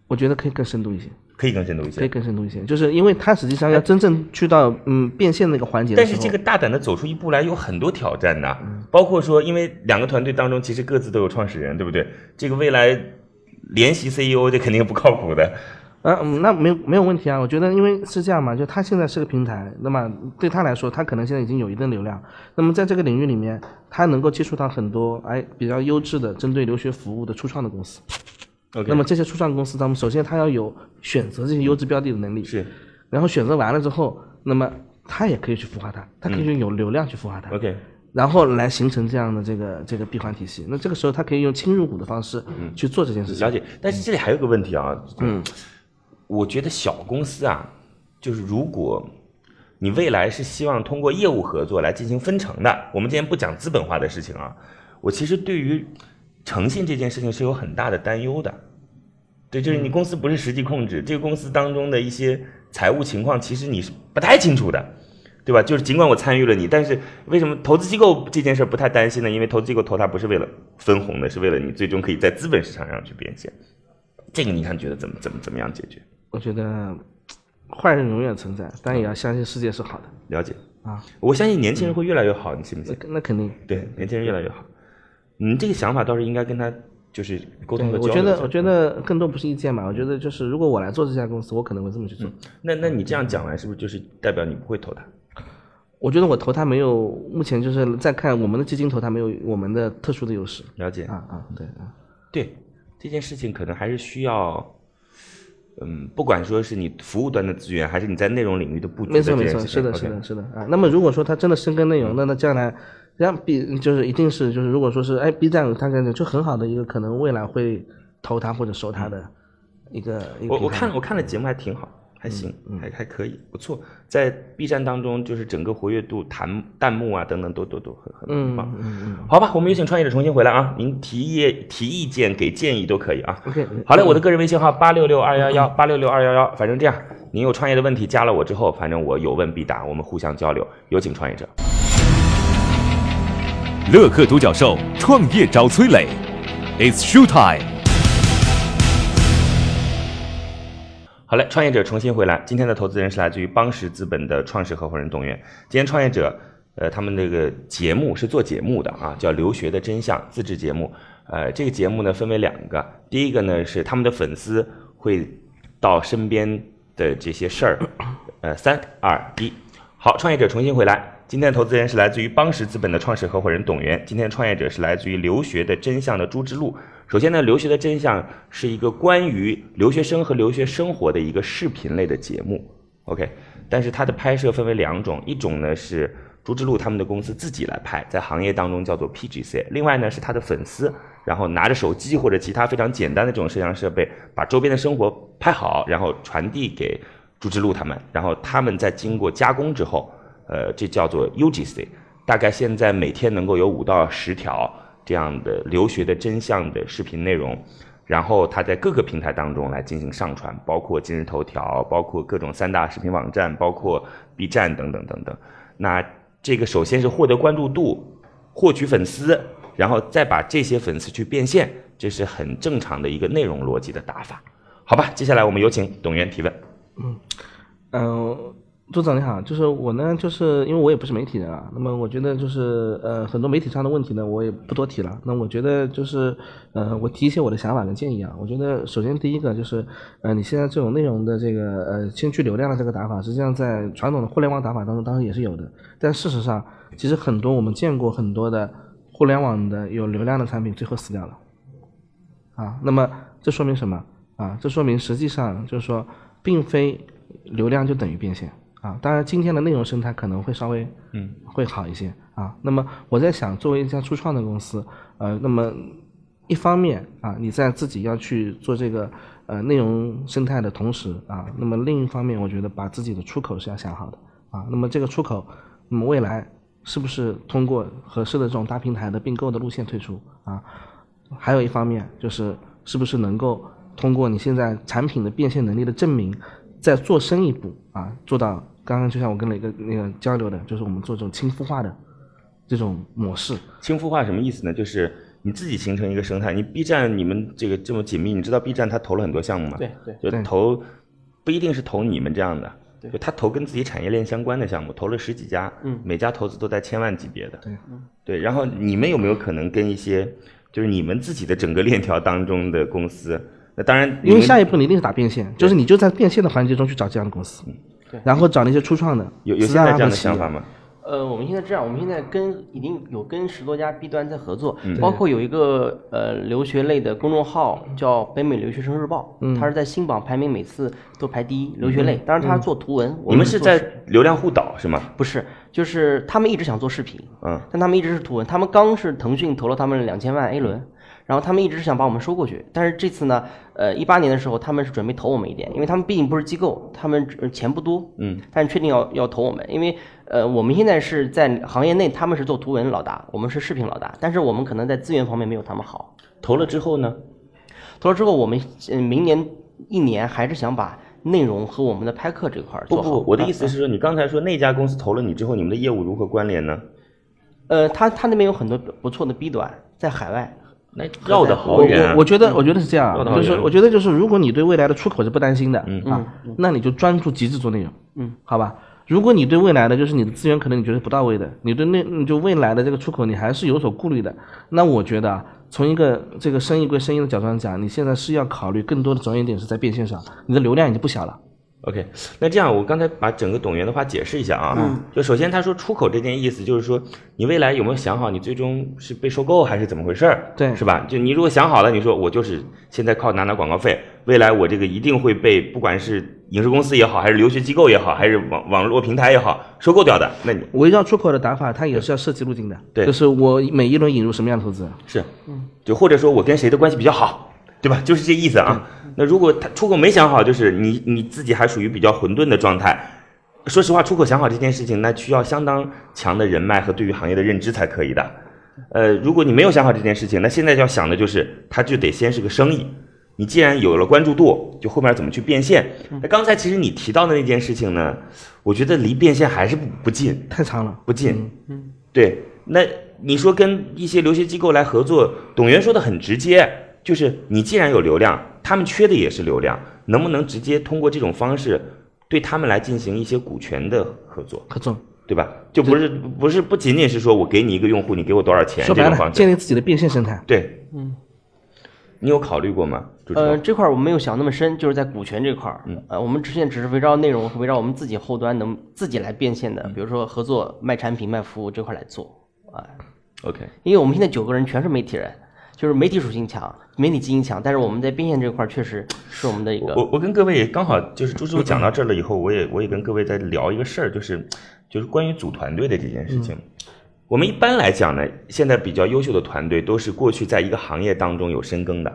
Speaker 4: 我觉得可以更深度一些，
Speaker 3: 可以更深度一
Speaker 4: 可以
Speaker 3: 些。
Speaker 4: 更深度一些，就是因为他实际上要真正去到嗯变现那个环节的
Speaker 3: 但
Speaker 4: 时
Speaker 3: 是
Speaker 4: 候，
Speaker 3: 这个大胆的走出一步来有很多挑战呐、
Speaker 4: 嗯
Speaker 3: 包括说，因为两个团队当中其实各自都有创始人，对不对？这个未来联席 CEO 这肯定不靠谱的，
Speaker 4: 呃嗯，那没有没有问题啊。我觉得因为是这样嘛，就他现在是个平台，那么对他来说，他可能现在已经有一定流量，那么在这个领域里面，他能够接触到很多哎比较优质的针对留学服务的初创的公司。
Speaker 3: OK
Speaker 4: 那么这些初创公司，他们首先他要有选择这些优质标的的能力。
Speaker 3: 是
Speaker 4: 然后选择完了之后，那么他也可以去孵化它，他可以用有流量去孵化它，
Speaker 3: OK
Speaker 4: 然后来形成这样的这个这个闭环体系。那这个时候，他可以用轻入股的方式去做这件事情。
Speaker 3: 了解。但是这里还有个问题啊，嗯，我觉得小公司啊，就是如果你未来是希望通过业务合作来进行分成的，我们今天不讲资本化的事情啊，我其实对于诚信这件事情是有很大的担忧的。对，就是你公司不是实际控制，这个公司当中的一些财务情况，其实你是不太清楚的，对吧？就是尽管我参与了你，但是为什么投资机构这件事儿不太担心呢？因为投资机构投它不是为了分红的，是为了你最终可以在资本市场上去变现。这个你看觉得怎么怎么怎么样解决？
Speaker 4: 我觉得坏人永远存在，但也要相信世界是好的。
Speaker 3: 了解
Speaker 4: 啊，嗯
Speaker 3: 我相信年轻人会越来越好，你信不
Speaker 4: 那
Speaker 3: 信？
Speaker 4: 那肯定。
Speaker 3: 对，年轻人越来越好。你这个想法倒是应该跟他就是沟通和
Speaker 4: 对，
Speaker 3: 交
Speaker 4: 我
Speaker 3: 流
Speaker 4: 觉
Speaker 3: 一
Speaker 4: 得
Speaker 3: 下
Speaker 4: 我觉得更多不是意见嘛，我觉得就是如果我来做这家公司，我可能会这么去做。
Speaker 3: 那那你这样讲完，是不是就是代表你不会投他？
Speaker 4: 我觉得我投它没有，目前就是在看我们的基金投它没有我们的特殊的优势。
Speaker 3: 了解
Speaker 4: 啊啊，对啊，
Speaker 3: 对这件事情，可能还是需要嗯，不管说是你服务端的资源，还是你在内容领域的布局
Speaker 4: 没
Speaker 3: 的
Speaker 4: 错
Speaker 3: 这
Speaker 4: 没
Speaker 3: 件
Speaker 4: 错，
Speaker 3: 事情，
Speaker 4: 是的，是
Speaker 3: OK 嗯
Speaker 4: 的，是的啊。那么如果说他真的深耕内容，那那将来，让 B 就是一定是就是如果说是哎 B 站有他这样的就很好的一个可能未来会投他或者收他的一个
Speaker 3: 嗯
Speaker 4: 一个
Speaker 3: 我我
Speaker 4: 平台
Speaker 3: 看我看了节目还挺好，
Speaker 4: 嗯
Speaker 3: 还行，还还可以，不错。在 B 站当中，就是整个活跃度、弹弹幕啊等等都都都很很
Speaker 4: 嗯
Speaker 3: 棒。
Speaker 4: 嗯嗯
Speaker 3: 好吧，我们有请创业者重新回来啊！您提意提意见、给建议都可以啊。
Speaker 4: ，OK，
Speaker 3: 好嘞，我的个人微信号八六六二幺
Speaker 4: 嗯
Speaker 3: 幺八六六二幺幺，反正这样，您有创业的问题加了我之后，反正我有问必答，我们互相交流。有请创业者。
Speaker 1: 乐客独角兽创业找崔磊，It's show time。
Speaker 3: 好嘞，创业者重新回来。今天的投资人是来自于邦石资本的创始合伙人董源。今天创业者，呃，他们这个节目是做节目的啊，叫《留学的真相》自制节目。呃，这个节目呢分为两个，第一个呢是他们的粉丝会到身边的这些事儿，呃，三二一，好，创业者重新回来。今天的投资人是来自于邦石资本的创始合伙人董源。今天的创业者是来自于《留学的真相》的朱之路。首先呢，《留学的真相》是一个关于留学生和留学生活的一个视频类的节目，OK。但是它的拍摄分为两种，一种呢是朱之路他们的公司自己来拍，在行业当中叫做 PGC；另外呢是他的粉丝，然后拿着手机或者其他非常简单的这种摄像设备，把周边的生活拍好，然后传递给朱之路他们，然后他们再经过加工之后，呃，这叫做 UGC，大概现在每天能够有五到十条这样的留学的真相的视频内容，然后它在各个平台当中来进行上传，包括今日头条，包括各种三大视频网站，包括 B 站等等等等。那这个首先是获得关注度，获取粉丝，然后再把这些粉丝去变现，这是很正常的一个内容逻辑的打法。好吧，接下来我们有请董源提问。
Speaker 4: 嗯，朱总你好，就是我呢，就是因为我也不是媒体人啊，那么我觉得就是呃很多媒体上的问题呢，我也不多提了。那我觉得就是呃我提一些我的想法跟建议啊，我觉得首先第一个就是呃你现在这种内容的这个呃先去流量的这个打法，实际上在传统的互联网打法当中当时也是有的，但事实上其实很多我们见过很多的互联网的有流量的产品最后死掉了。啊，那么这说明什么啊？这说明实际上就是说，并非流量就等于变现啊。当然，今天的内容生态可能会稍微嗯会好一些啊。那么我在想，作为一家初创的公司，呃，那么一方面啊，你在自己要去做这个呃内容生态的同时啊，那么另一方面，我觉得把自己的出口是要想好的啊。那么这个出口，那么未来是不是通过合适的这种大平台的并购的路线退出啊？还有一方面就是是不是能够通过你现在产品的变现能力的证明，再做深一步啊，做到刚刚就像我跟磊哥那个交流的，就是我们做这种轻孵化的这种模式，
Speaker 3: 轻孵化什么意思呢？就是你自己形成一个生态。你 B 站你们这个这么紧密，你知道 B 站它投了很多项目吗？
Speaker 6: 对对
Speaker 3: 就
Speaker 4: 对
Speaker 3: 投不一定是投你们这样的，就他投跟自己产业链相关的项目，投了十几家，
Speaker 6: 嗯
Speaker 3: 每家投资都在千万级别的。
Speaker 4: 对
Speaker 3: 对，然后你们有没有可能跟一些就是你们自己的整个链条当中的公司？那当然，
Speaker 4: 因为下
Speaker 3: 一
Speaker 4: 一步你一定是打变现，就是你就在变现的环节中去找这样的公司，然后找那些初创的，
Speaker 3: 有有
Speaker 4: 自
Speaker 3: 现
Speaker 4: 然
Speaker 3: 在
Speaker 4: 而
Speaker 3: 这样的
Speaker 4: 企业
Speaker 3: 想法吗？
Speaker 6: 呃，我们现在这样，我们现在跟已经有跟十多家 B 端在合作，
Speaker 3: 嗯
Speaker 6: 包括有一个呃留学类的公众号叫北美留学生日报，
Speaker 4: 嗯
Speaker 6: 它是在新榜排名每次都排第一，留学类。当然它做图文，我
Speaker 3: 嗯你们是
Speaker 6: 做
Speaker 3: 在
Speaker 6: 视
Speaker 3: 流量互导是吗？
Speaker 6: 不是，就是他们一直想做视频，
Speaker 3: 嗯，
Speaker 6: 但他们一直是图文。他们刚是腾讯投了他们两千万 A 轮，然后他们一直是想把我们收过去。但是这次呢，呃，一八年的时候他们是准备投我们一点，因为他们毕竟不是机构，他们呃钱不多，
Speaker 3: 嗯，
Speaker 6: 但是确定要要投我们，因为呃，我们现在是在行业内他们是做图文老大，我们是视频老大，但是我们可能在资源方面没有他们好。
Speaker 3: 投了之后呢？
Speaker 6: 投了之后，我们嗯明年一年还是想把内容和我们的拍客这块儿
Speaker 3: 不
Speaker 6: 做好
Speaker 3: 不，我的意思是说，你刚才说那家公司投了你之后，你们的业务如何关联呢？
Speaker 6: 呃，他他那边有很多不错的 B 端，在海外。
Speaker 3: 那绕得好
Speaker 4: 我
Speaker 3: 远啊。
Speaker 4: 我我觉得我觉得是这样
Speaker 3: 绕
Speaker 4: 啊，
Speaker 3: 得好
Speaker 4: 就是
Speaker 3: 远
Speaker 4: 我觉得就是如果你对未来的出口是不担心的，
Speaker 3: 嗯
Speaker 4: 啊，那你就专注极致做内容，
Speaker 6: 嗯，
Speaker 4: 好吧。如果你对未来的就是你的资源可能你觉得不到位的，你对那你就未来的这个出口你还是有所顾虑的，那我觉得啊，从一个这个生意归生意的角度上讲，你现在是要考虑更多的着眼点是在变现上，你的流量已经不小了。
Speaker 3: OK，那这样我刚才把整个董源的话解释一下啊，就首先他说出口这件意思就是说，你未来有没有想好你最终是被收购还是怎么回事儿？
Speaker 4: 对
Speaker 3: 是吧？就你如果想好了，你说我就是现在靠拿拿广告费，未来我这个一定会被不管是影视公司也好，还是留学机构也好，还是网网络平台也好收购掉的，那你
Speaker 4: 围绕出口的打法，它也是要设计路径的。
Speaker 3: 对
Speaker 4: 就是我每一轮引入什么样的投资人？
Speaker 3: 是，就或者说我跟谁的关系比较好，对吧？就是这意思啊。那如果他出口没想好，就是你你自己还属于比较混沌的状态。说实话，出口想好这件事情，那需要相当强的人脉和对于行业的认知才可以的。呃，如果你没有想好这件事情，那现在就要想的就是，它就得先是个生意。你既然有了关注度，就后面怎么去变现？那刚才其实你提到的那件事情呢，我觉得离变现还是不不近。
Speaker 4: 太长了。
Speaker 3: 不近。嗯，对。那你说跟一些留学机构来合作，董源说的很直接，就是你既然有流量，他们缺的也是流量，能不能直接通过这种方式对他们来进行一些股权的合作，
Speaker 4: 合作
Speaker 3: 对吧？就不是不是不仅仅是说我给你一个用户，你给我多少钱
Speaker 4: 说
Speaker 3: 这
Speaker 4: 白
Speaker 3: 种
Speaker 4: 了，
Speaker 3: 方
Speaker 4: 建
Speaker 3: 式。
Speaker 4: 立自己的变现生态。
Speaker 3: 对，嗯，你有考虑过吗？朱志
Speaker 6: 呃，
Speaker 3: 峰
Speaker 6: 这块儿我没有想那么深，就是在股权这块儿，
Speaker 3: 嗯
Speaker 6: 呃，我们之前只是围绕内容，围绕我们自己后端能自己来变现
Speaker 3: 嗯
Speaker 6: 的，比如说合作卖产品、卖服务这块儿来做啊。
Speaker 3: ，OK，
Speaker 6: 因为我们现在九个人全是媒体人，就是媒体属性强，媒体基因强，但是我们在变现这块儿确实是我们的一个
Speaker 3: 我我跟各位刚好就是朱师傅讲到这儿了以后，我也我也跟各位在聊一个事儿，就是就是关于组团队的这件事情。
Speaker 6: 嗯
Speaker 3: 我们一般来讲呢，现在比较优秀的团队都是过去在一个行业当中有深耕的，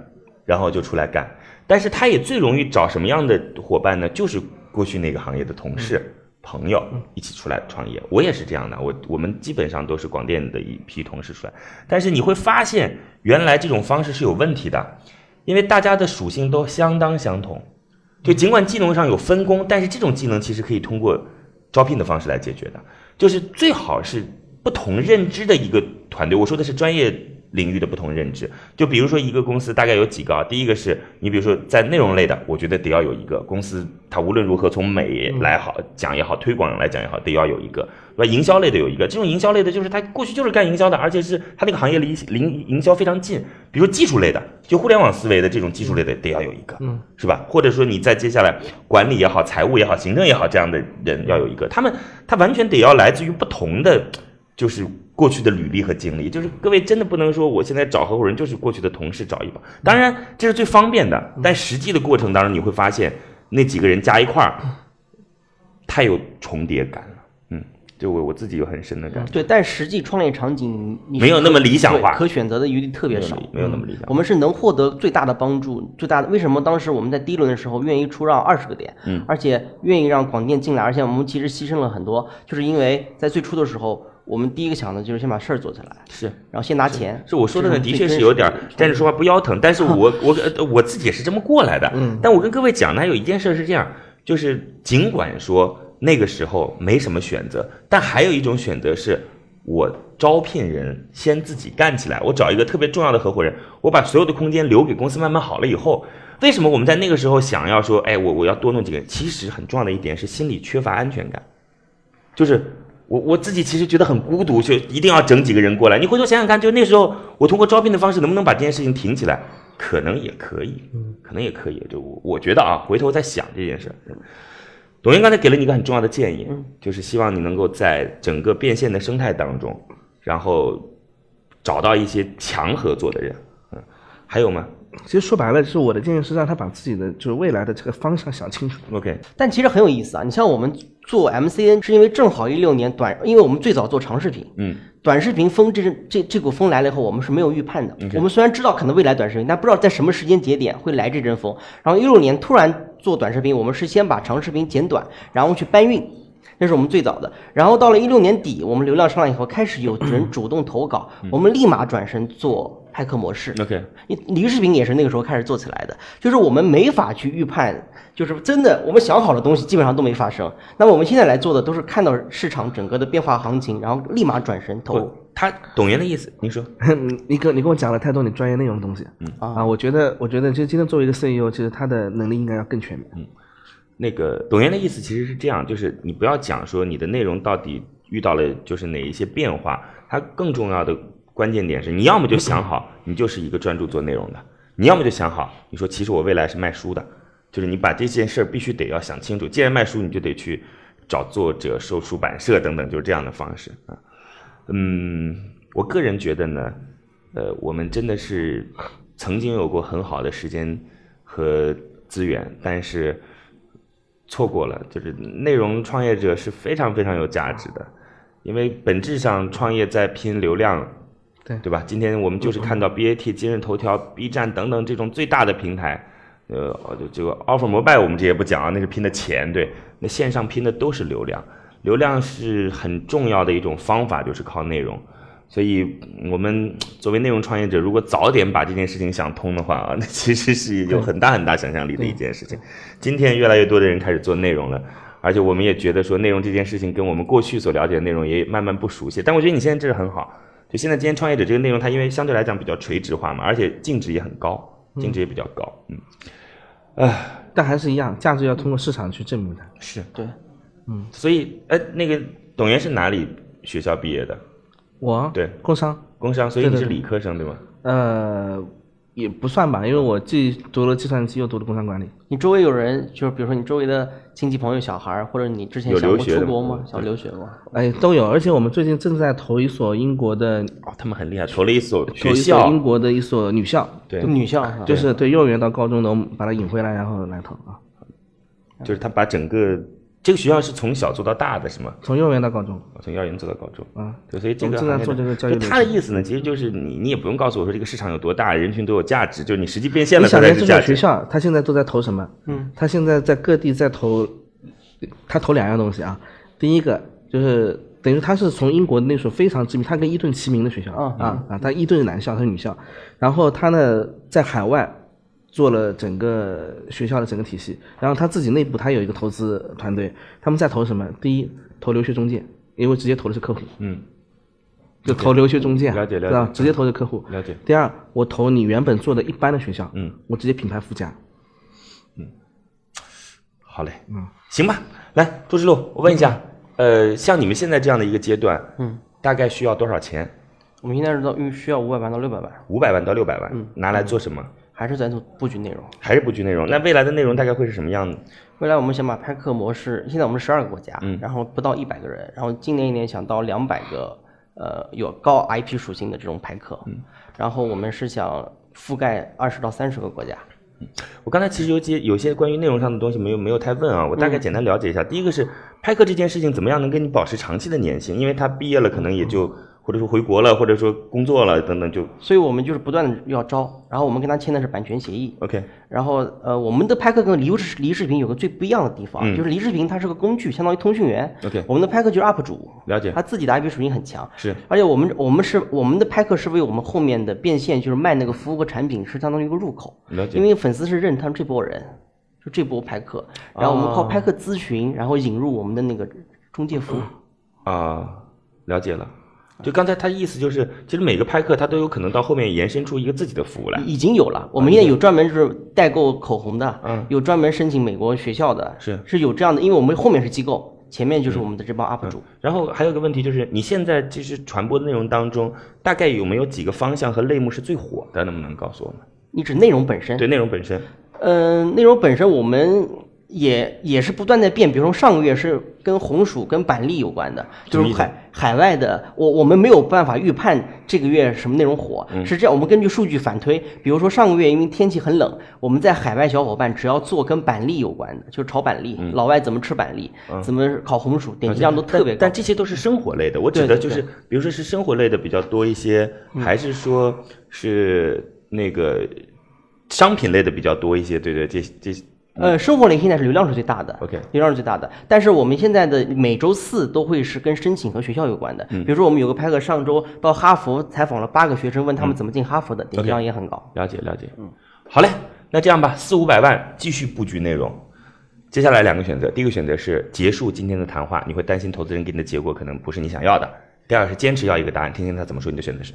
Speaker 3: 然后就出来干。但是他也最容易找什么样的伙伴呢？就是过去那个行业的同事、
Speaker 6: 嗯
Speaker 3: 朋友一起出来创业。我也是这样的，我我们基本上都是广电的一批同事出来。但是你会发现，原来这种方式是有问题的，因为大家的属性都相当相同。就尽管技能上有分工，但是这种技能其实可以通过招聘的方式来解决的，就是最好是不同认知的一个团队。我说的是专业领域的不同认知，就比如说一个公司大概有几个啊？第一个是你比如说在内容类的，我觉得得要有一个公司，它无论如何从美来好讲也好，推广来讲也好，得要有一个，对吧？营销类的有一个，这种营销类的就是它过去就是干营销的，而且是它那个行业离离营销非常近。比如说技术类的，就互联网思维的这种技术类的得要有一个，嗯，是吧？或者说你在接下来管理也好、财务也好、行政也好这样的人要有一个，他们他完全得要来自于不同的就是过去的履历和经历，就是各位真的不能说我现在找合伙人就是过去的同事找一把，当然这是最方便的，但实际的过程当中你会发现那几个人加一块儿太有重叠感了，嗯，就我我自己有很深的感觉，
Speaker 6: 对，但实际创业场景你是
Speaker 3: 没有那么理想
Speaker 6: 对
Speaker 3: 化
Speaker 6: 可选择的余地特别嗯少，
Speaker 3: 没有那么理想
Speaker 6: 我们是能获得最大的帮助，最大的为什么当时我们在第一轮的时候愿意出让二十个点，嗯，而且愿意让广电进来，而且我们其实牺牲了很多，就是因为在最初的时候，我们第一个想的就是先把事儿做起来，
Speaker 3: 是。
Speaker 6: 然后先拿钱。
Speaker 3: 是我说的呢，
Speaker 6: 这
Speaker 3: 的
Speaker 6: 种
Speaker 3: 确
Speaker 6: 最
Speaker 3: 是
Speaker 6: 真
Speaker 3: 有
Speaker 6: 实嗯
Speaker 3: 点儿站着说话不腰疼，但是我我呃我自己也是这么过来的。但我跟各位讲呢，有一件事是这样，就是尽管说那个时候没什么选择，但还有一种选择是。我招聘人先自己干起来，我找一个特别重要的合伙人，我把所有的空间留给公司慢慢好了以后，为什么我们在那个时候想要说，哎，我我要多弄几个人？其实很重要的一点是心里缺乏安全感。就是我我自己其实觉得很孤独，就一定要整几个人过来。你回头想想看，就那时候我通过招聘的方式能不能把这件事情挺起来？可能也可以，可能也可以。就我我觉得啊，回头再想这件事儿。董源刚才给了你一个很重要的建议，就是希望你能够在整个变现的生态当中，然后找到一些强合作的人。嗯，还有吗
Speaker 4: 其实说白了，就是我的建议是让他把自己的就是未来的这个方向想清楚。
Speaker 3: ？OK，
Speaker 6: 但其实很有意思啊！你像我们做 MCN，是因为正好一六年短，因为我们最早做长视频，
Speaker 3: 嗯，
Speaker 6: 短视频风这这这股风来了以后，我们是没有预判的。我们虽然知道可能未来短视频，但不知道在什么时间节点会来这阵风。然后一六年突然做短视频，我们是先把长视频剪短，然后去搬运。那是我们最早的，然后到了一六年底，我们流量上来以后，开始有人主动投稿，我们立马转身做骇客模式。
Speaker 3: OK
Speaker 6: 你离视频也是那个时候开始做起来的，就是我们没法去预判，就是真的我们想好的东西基本上都没发生。那么我们现在来做的都是看到市场整个的变化行情，然后立马转身投入。
Speaker 3: 他董源的意思，您说
Speaker 4: 你跟你跟我讲了太多你专业内容的东西，
Speaker 3: 嗯
Speaker 4: 啊，我觉得我觉得就今天作为一个 CEO，其实他的能力应该要更全面。
Speaker 3: 嗯那个董源的意思其实是这样，就是你不要讲说你的内容到底遇到了就是哪一些变化，它更重要的关键点是你要么就想好，你就是一个专注做内容的；你要么就想好，你说其实我未来是卖书的，就是你把这件事儿必须得要想清楚。既然卖书，你就得去找作者、收出版社等等，就是这样的方式啊。嗯，我个人觉得呢，呃，我们真的是曾经有过很好的时间和资源，但是错过了。就是内容创业者是非常非常有价值的，因为本质上创业在拼流量，
Speaker 4: 对
Speaker 3: 对吧？今天我们就是看到 BAT、今日头条、B 站等等这种最大的平台。呃，就这个 offer 膜拜我们这些不讲啊，那是拼的钱，对，那线上拼的都是流量，流量是很重要的一种方法，就是靠内容。所以，嗯我们作为内容创业者，如果早点把这件事情想通的话啊，那其实是有很大很大想象力的一件事情。今天越来越多的人开始做内容了，而且我们也觉得说内容这件事情跟我们过去所了解的内容也慢慢不熟悉。但我觉得你现在这是很好，就现在今天创业者这个内容，它因为相对来讲比较垂直化嘛，而且净值也很高，净值也比较高，嗯。
Speaker 4: 但还是一样，价值要通过市场去证明它。
Speaker 3: 是
Speaker 6: 对，
Speaker 3: 所以，哎，那个董源是哪里学校毕业的？
Speaker 4: 我
Speaker 3: 对
Speaker 4: 工商，
Speaker 3: 工商，所以你是
Speaker 4: 对对对
Speaker 3: 理科生对吗？
Speaker 4: 呃，也不算吧，因为我既读了计算机，又读了工商管理。
Speaker 6: 你周围有人，就是比如说你周围的亲戚朋友小孩儿，或者你之前
Speaker 3: 有
Speaker 6: 想
Speaker 3: 留
Speaker 6: 过
Speaker 3: 学的
Speaker 6: 出国
Speaker 3: 吗
Speaker 6: 吗？想留学吗？
Speaker 4: 哎，都有，而且我们最近正在投一所英国的，
Speaker 3: 哦，他们很厉害，投了一所
Speaker 4: 投
Speaker 3: 学
Speaker 4: 一所
Speaker 3: 校，
Speaker 4: 英国的一所女校，
Speaker 3: 对，
Speaker 6: 女校是吧
Speaker 4: 就是对幼儿园到高中的，我们把它引回来，然后来投啊，
Speaker 3: 就是他把整个这个学校是从小做到大的，是吗？
Speaker 4: 从幼儿园到高中
Speaker 3: 哦从幼儿园做到高中，
Speaker 4: 啊，
Speaker 3: 对，所以这
Speaker 4: 我
Speaker 3: 个
Speaker 4: 们正在
Speaker 3: 行业
Speaker 4: 做
Speaker 3: 的
Speaker 4: 这个教育
Speaker 3: 就
Speaker 4: 流
Speaker 3: 他的
Speaker 4: 程
Speaker 3: 意思呢，其实就是你，你也不用告诉我说这个市场有多大，人群多有价值，就是你实际变现
Speaker 4: 你
Speaker 3: 了，它
Speaker 4: 想
Speaker 3: 才
Speaker 4: 连
Speaker 3: 是
Speaker 4: 这
Speaker 3: 价
Speaker 4: 所
Speaker 3: 值
Speaker 4: 学。校，他现在都在投什么？嗯，他现在在各地在投，他投两样东西啊。第一个就是等于他是从英国那所非常知名，他跟伊顿齐名的学校
Speaker 3: 哦
Speaker 6: 啊
Speaker 4: 啊
Speaker 3: 嗯
Speaker 4: 啊，他伊顿是男校，他是女校，然后他呢在海外。做了整个学校的整个体系，然后他自己内部他有一个投资团队，他们在投什么？第一，投留学中介，因为直接投的是客户，
Speaker 3: 嗯，
Speaker 4: 就投留学中介啊，
Speaker 3: 了解了解
Speaker 4: 对吧？直接投的客户，
Speaker 3: 了解
Speaker 4: 第二，我投你原本做的一般的学校，
Speaker 3: 嗯，
Speaker 4: 我直接品牌附加，
Speaker 3: 好嘞，嗯，行吧。来，朱之路，我问一下，
Speaker 4: 嗯
Speaker 3: 呃，像你们现在这样的一个阶段，嗯，大概需要多少钱？
Speaker 6: 我们现在知道需要五百万到六百万，
Speaker 3: 五百万到六百
Speaker 4: 嗯
Speaker 3: 万，拿来做什么？
Speaker 6: 还是在做布局内容。
Speaker 3: 还是布局内容。那未来的内容大概会是什么样的？
Speaker 6: 未来我们想把拍客模式，现在我们十二个国家，
Speaker 3: 嗯
Speaker 6: 然后不到一百个人，然后今年一年想到两百个，呃，有高 IP 属性的这种拍客，
Speaker 3: 嗯
Speaker 6: 然后我们是想覆盖二十到三十个国家，
Speaker 3: 我刚才其实有些有些关于内容上的东西没有没有太问啊，我大概简单了解一下。第一个是拍客这件事情怎么样能跟你保持长期的粘性？因为他毕业了可能也就或者说回国了，或者说工作了等等就
Speaker 6: 所以我们就是不断的要招，然后我们跟他签的是版权协议，
Speaker 3: OK。
Speaker 6: 然后呃，我们的拍客跟离视离视频有个最不一样的地方，
Speaker 3: 嗯
Speaker 6: 就是离视频它是个工具，相当于通讯源。
Speaker 3: OK
Speaker 6: 我们的拍客就是 UP 主，
Speaker 3: 了解
Speaker 6: 他自己的 IP 属性很强。
Speaker 3: 是，
Speaker 6: 而且我们我们是我们的拍客是为我们后面的变现，就是卖那个服务和产品，是相当于一个入口。
Speaker 3: 了解
Speaker 6: 因为粉丝是认他们这波人，就这波拍客，
Speaker 3: 啊
Speaker 6: 然后我们靠拍客咨询，然后引入我们的那个中介服务。
Speaker 3: 嗯啊，了解了。就刚才他意思就是，其实每个拍客他都有可能到后面延伸出一个自己的服务来。
Speaker 6: 已经有了，我们现在有专门就是代购口红的，
Speaker 3: 嗯
Speaker 6: 有专门申请美国学校的，
Speaker 3: 是嗯
Speaker 6: 是有这样的，因为我们后面是机构，前面就是我们的这帮 UP 主。
Speaker 3: 然后还有一个问题就是，你现在其实传播内容当中，大概有没有几个方向和类目是最火的？能不能告诉我们？
Speaker 6: 你指内容本身，
Speaker 3: 对内容本身，
Speaker 6: 嗯、内容本身我们也也是不断的变，比如说上个月是跟红薯跟板栗有关的，就
Speaker 3: 么意
Speaker 6: 是
Speaker 3: 思
Speaker 6: 海海外的，我我们没有办法预判这个月什么内容火，
Speaker 3: 嗯
Speaker 6: 是这样，我们根据数据反推，比如说上个月因为天气很冷，我们在海外小伙伴只要做跟板栗有关的，就是炒板栗，
Speaker 3: 嗯
Speaker 6: 老外怎么吃板栗，怎么烤红薯，点击量都特别高。
Speaker 3: 但这些都是生活类的，我指的
Speaker 6: 对对嗯
Speaker 3: 就是，比如说是生活类的比较多一些，还是说是那个商品类的比较多一些？对对，这这
Speaker 6: 呃，生活类现在是流量是最大的
Speaker 3: OK
Speaker 6: 流量是最大的。但是我们现在的每周四都会是跟申请和学校有关的，比如说我们有个拍客上周到哈佛采访了八个学生，问他们怎么进哈佛的，点击量也很高。
Speaker 3: 了解了解。嗯，好嘞，那这样吧，四五百万继续布局内容。接下来两个选择，第一个选择是结束今天的谈话，你会担心投资人给你的结果可能不是你想要的；第二是坚持要一个答案，听听他怎么说。你的选择是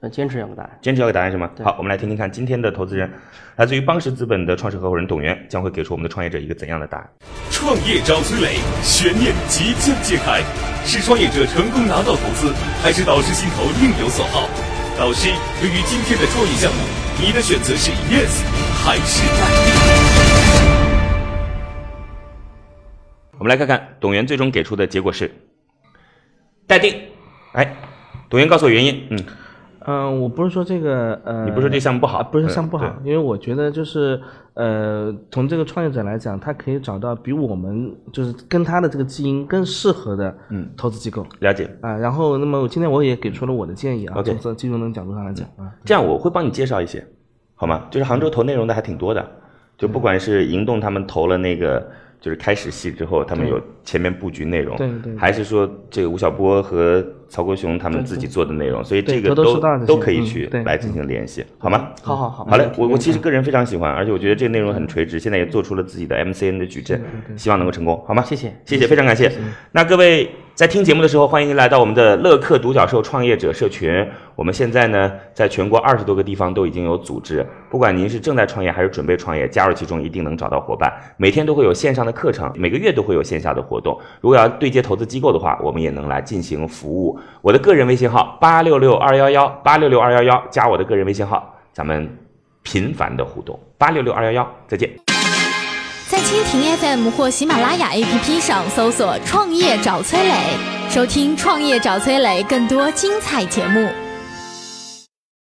Speaker 6: 呃，坚持两个答案。
Speaker 3: 坚持要一个答案是吗？
Speaker 6: 对
Speaker 3: 好，我们来听听看今天的投资人，来自于邦石资本的创始合伙人董源将会给出我们的创业者一个怎样的答案？
Speaker 1: 创业找崔磊，悬念即将揭开，是创业者成功拿到投资，还是导师心头另有所好？导师，对于今天的创业项目，你的选择是 yes 还是 no？
Speaker 3: 们来看看董源最终给出的结果是待定。哎，董源告诉我原因。嗯，
Speaker 4: 嗯、我不是说这个呃，
Speaker 3: 你不是说这项目不好
Speaker 4: 啊不是项目不
Speaker 3: 嗯
Speaker 4: 好，因为我觉得就是呃，从这个创业者来讲，他可以找到比我们就是跟他的这个基因更适合的
Speaker 3: 嗯
Speaker 4: 投资机构。
Speaker 3: 了解。
Speaker 4: 啊，然后那么我今天我也给出了我的建议啊，
Speaker 3: OK
Speaker 4: 从这金融的角度上来讲啊，
Speaker 3: 这样我会帮你介绍一些，好吗？就是杭州投内容的还挺多的，就不管是银动他们投了那个，就是开始戏之后，他们有前面布局内容，
Speaker 4: 对对对
Speaker 3: 还是说这个吴晓波和曹国雄他们自己做的内容，所以这个
Speaker 4: 对头头
Speaker 3: 都
Speaker 4: 是道这些
Speaker 3: 都可以去
Speaker 4: 嗯对嗯
Speaker 3: 来进行联系，好吗？
Speaker 6: 好好好，
Speaker 3: 好嘞
Speaker 6: 没问，题
Speaker 3: 我我其实个人非常喜欢，而且我觉得这个内容很垂直，现在也做出了自己的 MCN 的矩阵，希望能够成功，好吗？
Speaker 6: 谢谢
Speaker 3: 谢谢，非常感嗯谢。那各位在听节目的时候，欢迎来到我们的乐客独角兽创业者社群。我们现在呢，在全国二十多个地方都已经有组织，不管您是正在创业还是准备创业，加入其中一定能找到伙伴。每天都会有线上的课程，每个月都会有线下的活动。如果要对接投资机构的话，我们也能来进行服务。我的个人微信号八六六二幺幺八六六二幺幺，加我的个人微信号，咱们频繁的互动。八六六二幺幺，再见。
Speaker 2: 在蜻蜓 FM 或喜马拉雅 APP 上搜索“创业找崔磊”，收听“创业找崔磊”更多精彩节目。